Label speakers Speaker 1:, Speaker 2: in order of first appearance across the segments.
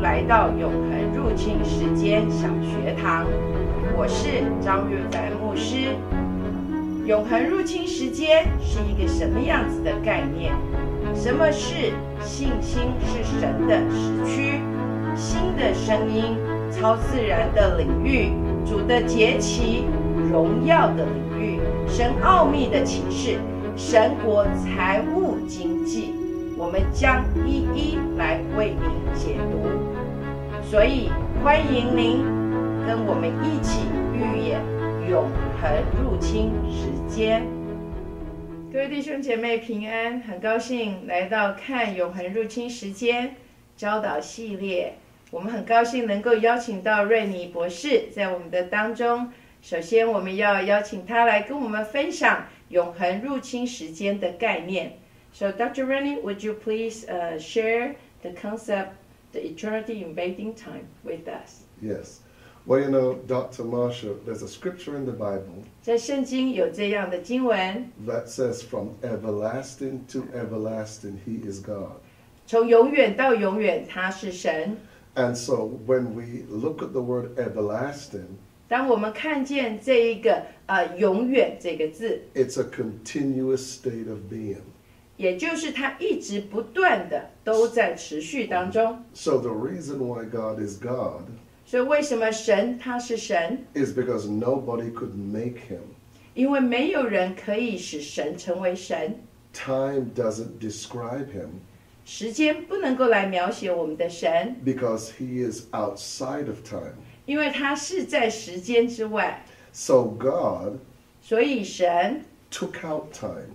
Speaker 1: 来到永恒入侵时间小学堂，我是张月凡牧师。永恒入侵时间是一个什么样子的概念？什么是信心是神的时区？新的声音，超自然的领域，主的节期，荣耀的领域，神奥秘的启示，神国财务经济，我们将一一来为您解读。所以，欢迎您跟我们一起预演永恒入侵时间。各位弟兄姐妹平安，很高兴来到看永恒入侵时间教导系列。我们很高兴能够邀请到瑞尼博士在我们的当中。首先，我们要邀请他来跟我们分享永恒入侵时间的概念。So, Dr. Rennie, would you please uh, share the concept, the eternity invading time, with us?
Speaker 2: Yes. Well, you know, Dr. Marshall, there's a scripture in the Bible
Speaker 1: 在圣经有这样的经文：
Speaker 2: that says, from everlasting to everlasting, He is God.
Speaker 1: 从永远到永远，他是神。
Speaker 2: And so when we look at the word everlasting,
Speaker 1: 当我们看见这一个呃“永远”这个字，
Speaker 2: it's a continuous state of being.
Speaker 1: 也就是它一直不断的都在持续当中。
Speaker 2: So the reason why God is God
Speaker 1: 所以为什么神他是神？
Speaker 2: is because nobody could make Him.
Speaker 1: 因为没有人可以使神成为神，
Speaker 2: Time doesn't describe Him
Speaker 1: 时间不能够来描写我们的神，
Speaker 2: because He is outside of time.
Speaker 1: 因为他是在时间之外。
Speaker 2: So God
Speaker 1: 所以神
Speaker 2: took out time,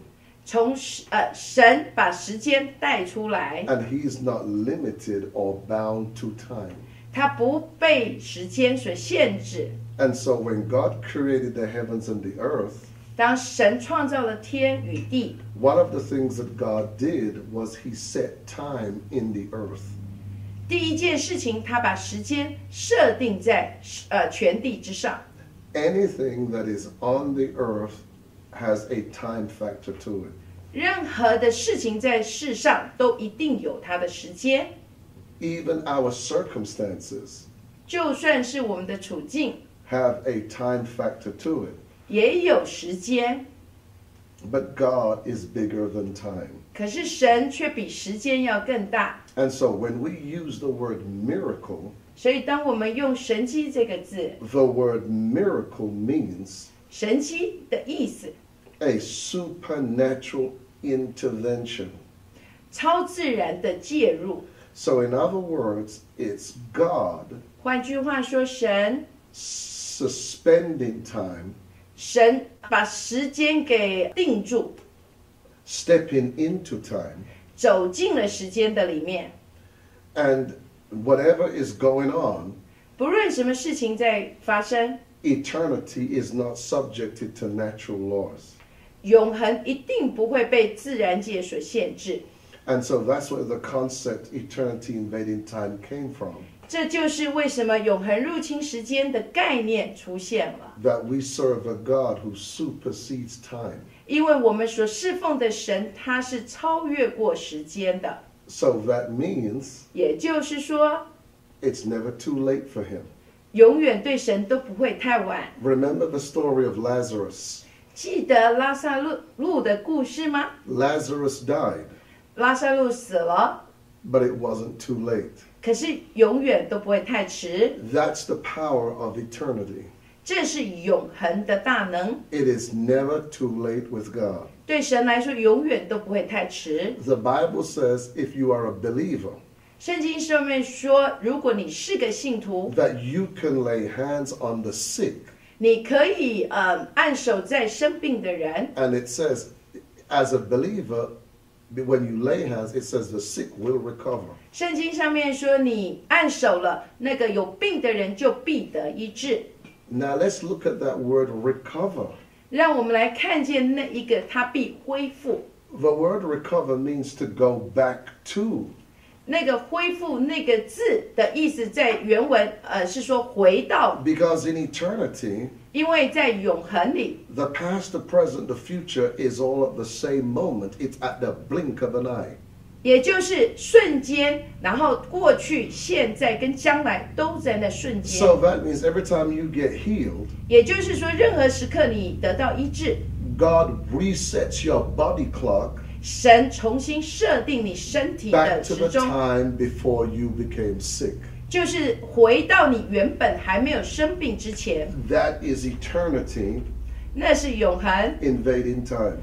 Speaker 1: 从时呃神把时间带出来，
Speaker 2: and He is not limited or bound to time.
Speaker 1: 他不被时间所限制。
Speaker 2: And so when God created the heavens and the earth,
Speaker 1: 当神创造了天与地，
Speaker 2: one of the things that God did was he set time in the earth.
Speaker 1: 第一件事情，他把时间设定在呃全地之上。
Speaker 2: Anything that is on the earth has a time factor to it.
Speaker 1: 任何的事情在世上都一定有它的时间，
Speaker 2: Even our circumstances
Speaker 1: 就算是我们的处境
Speaker 2: have a time factor to it.
Speaker 1: 也有时间，
Speaker 2: But God is bigger than time.
Speaker 1: 可是神却比时间要更大。
Speaker 2: And so when we use the word miracle,
Speaker 1: 所以，当我们用“神机”这个字，
Speaker 2: the word miracle means
Speaker 1: 神机的意思，
Speaker 2: a supernatural intervention.
Speaker 1: 超自然的介入。
Speaker 2: So, in other words, it's God
Speaker 1: 换句话说，神
Speaker 2: suspending time,
Speaker 1: 神把时间给定住，
Speaker 2: stepping into time,
Speaker 1: 走进了时间的里面。
Speaker 2: and whatever is going on,
Speaker 1: 不论什么事情在发生，
Speaker 2: eternity is not subjected to natural laws.
Speaker 1: 永恒一定不会被自然界所限制。
Speaker 2: And so that's where the concept eternity invading time came from
Speaker 1: 这就是为什么永恒入侵时间的概念出现了，
Speaker 2: that we serve a God who supersedes time.
Speaker 1: 因为我们所侍奉的神他是超越过时间的，
Speaker 2: So that means
Speaker 1: 也就是说，
Speaker 2: it's never too late for him.
Speaker 1: 永远对神都不会太晚。
Speaker 2: Remember the story of Lazarus.
Speaker 1: 记得拉萨路路的故事吗？
Speaker 2: Lazarus died,
Speaker 1: 拉萨路死了，
Speaker 2: but it wasn't too late.
Speaker 1: 可是永远都不会太迟，
Speaker 2: That's the power of eternity.
Speaker 1: 这是永恒的大能。
Speaker 2: It is never too late with God.
Speaker 1: 对神来说，永远都不会太迟。
Speaker 2: The Bible says if you are a believer,
Speaker 1: 圣经上面说，如果你是个信徒，
Speaker 2: that you can lay hands on the sick.
Speaker 1: 你可以呃按手在生病的人，
Speaker 2: And it says, as a believer, when you lay hands, it says the sick will recover.
Speaker 1: 圣经上面说你按手了，那个有病的人就必得医治。
Speaker 2: Now let's look at that word recover.
Speaker 1: 让我们来看见那一个他必恢复，
Speaker 2: The word recover means to go back to.
Speaker 1: 那个恢复那个字的意思，在原文呃是说回到，
Speaker 2: Because in eternity,
Speaker 1: 因为在永恒里，
Speaker 2: the past, the present, the future is all at the same moment. It's at the blink of an eye.
Speaker 1: 也就是瞬间，然后过去、现在跟将来都在那瞬间。
Speaker 2: So that means every time you get healed,
Speaker 1: 也就是说，任何时刻你得到医治，
Speaker 2: God resets your body clock
Speaker 1: 神重新设定你身体
Speaker 2: back
Speaker 1: 的时
Speaker 2: to the
Speaker 1: 钟，
Speaker 2: time before you became sick.
Speaker 1: 就是回到你原本还没有生病之前，
Speaker 2: That is eternity
Speaker 1: 那是永恒
Speaker 2: invading time.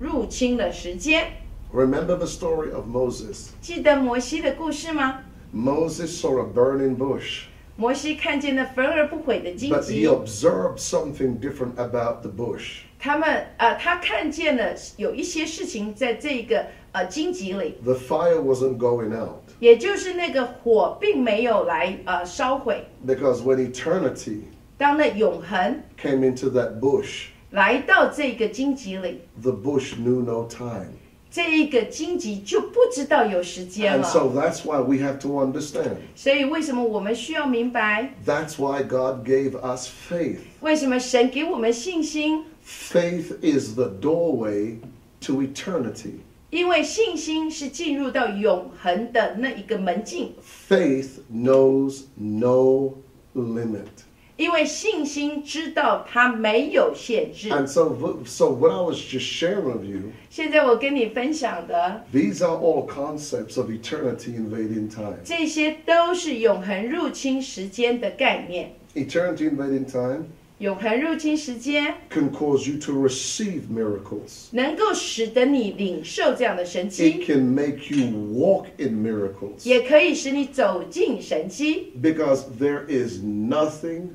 Speaker 1: 入侵了时间。
Speaker 2: Remember the story of Moses.
Speaker 1: 记得摩西的故事吗？
Speaker 2: Moses saw a burning bush,
Speaker 1: 摩西看见那焚而不毁的荆
Speaker 2: but he
Speaker 1: 棘，
Speaker 2: observed something different about the bush.
Speaker 1: 他们呃，他看见了有一些事情在这个呃荆棘里，
Speaker 2: The fire wasn't going out
Speaker 1: 也就是那个火并没有来呃烧毁。
Speaker 2: because when eternity
Speaker 1: 当那永恒
Speaker 2: came into that bush,
Speaker 1: 来到这个荆棘里，
Speaker 2: the bush knew no time.
Speaker 1: 这一个荆棘就不知道有时间
Speaker 2: And
Speaker 1: 了。
Speaker 2: so that's why we have to understand.
Speaker 1: 所以为什么我们需要明白？
Speaker 2: That's why God gave us faith.
Speaker 1: 为什么神给我们信心？
Speaker 2: Faith is the doorway to eternity.
Speaker 1: 因为信心是进入到永恒的那一个门径，
Speaker 2: Faith knows no limit.
Speaker 1: 因为信心知道它没有限制。
Speaker 2: And so, so what I was just sharing with you,
Speaker 1: 现在我跟你分享的
Speaker 2: these are all concepts of eternity invading time.
Speaker 1: 这些都是永恒入侵时间的概念。
Speaker 2: Eternity invading time
Speaker 1: 永恒入侵时间
Speaker 2: can cause you to receive miracles.
Speaker 1: 能够使得你领受这样的神
Speaker 2: It
Speaker 1: 迹，
Speaker 2: can make you walk in miracles
Speaker 1: 也可以使你走进神迹，
Speaker 2: because there is nothing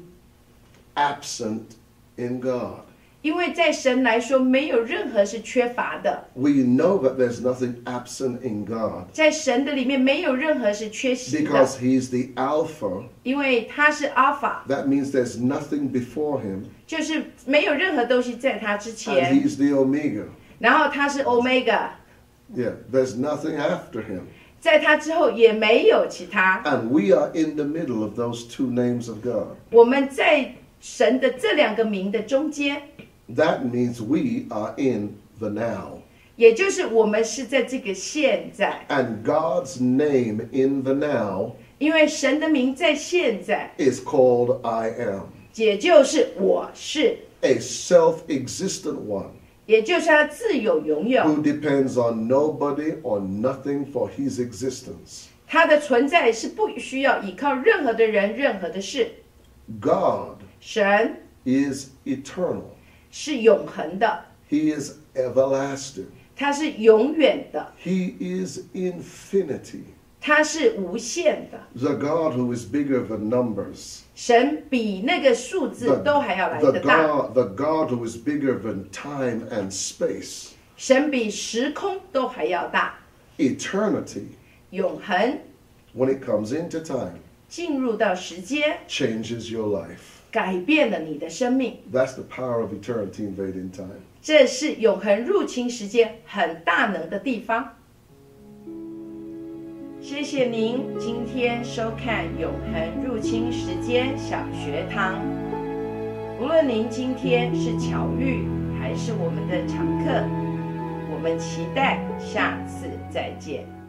Speaker 2: absent in God.
Speaker 1: 因为在神来说，没有任何是缺乏的，
Speaker 2: We know that there's nothing absent in God
Speaker 1: 在神的里面没有任何是缺席的，
Speaker 2: because He's the Alpha.
Speaker 1: 因为他是阿法，
Speaker 2: That means there's nothing before Him,
Speaker 1: 就是没有任何东西在他之
Speaker 2: and
Speaker 1: 前，
Speaker 2: He's the Omega.
Speaker 1: 然后他是 omega，
Speaker 2: Yeah, there's nothing after Him.
Speaker 1: 在他之后也没有其他，
Speaker 2: And we are in the middle of those two names of God.
Speaker 1: 我们在神的这两个名的中间。
Speaker 2: That means we are in the now.
Speaker 1: 也就是我们是在这个现在，
Speaker 2: And God's name in the now
Speaker 1: 因为神的名在现在，
Speaker 2: is called I am,
Speaker 1: 也就是我是，
Speaker 2: a self existent one
Speaker 1: 也就是他自有拥有，
Speaker 2: who depends on nobody or nothing for his existence.
Speaker 1: 他的存在是不需要依靠任何的人、任何的事。
Speaker 2: God
Speaker 1: 神
Speaker 2: is eternal,
Speaker 1: 是永恒的，
Speaker 2: He is everlasting,
Speaker 1: 他是永远的，
Speaker 2: He is infinity.
Speaker 1: 他是无限的。
Speaker 2: The God who is bigger than numbers.
Speaker 1: 神比那个数字都还要来
Speaker 2: the
Speaker 1: 得大，
Speaker 2: God, the God who is bigger than time and space,
Speaker 1: 神比时空都还要大。
Speaker 2: eternity,
Speaker 1: 永恒
Speaker 2: when it comes into time,
Speaker 1: 进入到时间，
Speaker 2: changes your life.
Speaker 1: 改变了你的生命。
Speaker 2: That's the power of eternity invading time.
Speaker 1: 这是永恒入侵时间很大能的地方。谢谢您今天收看《永恒入侵时间小学堂》。无论您今天是巧遇还是我们的常客，我们期待下次再见。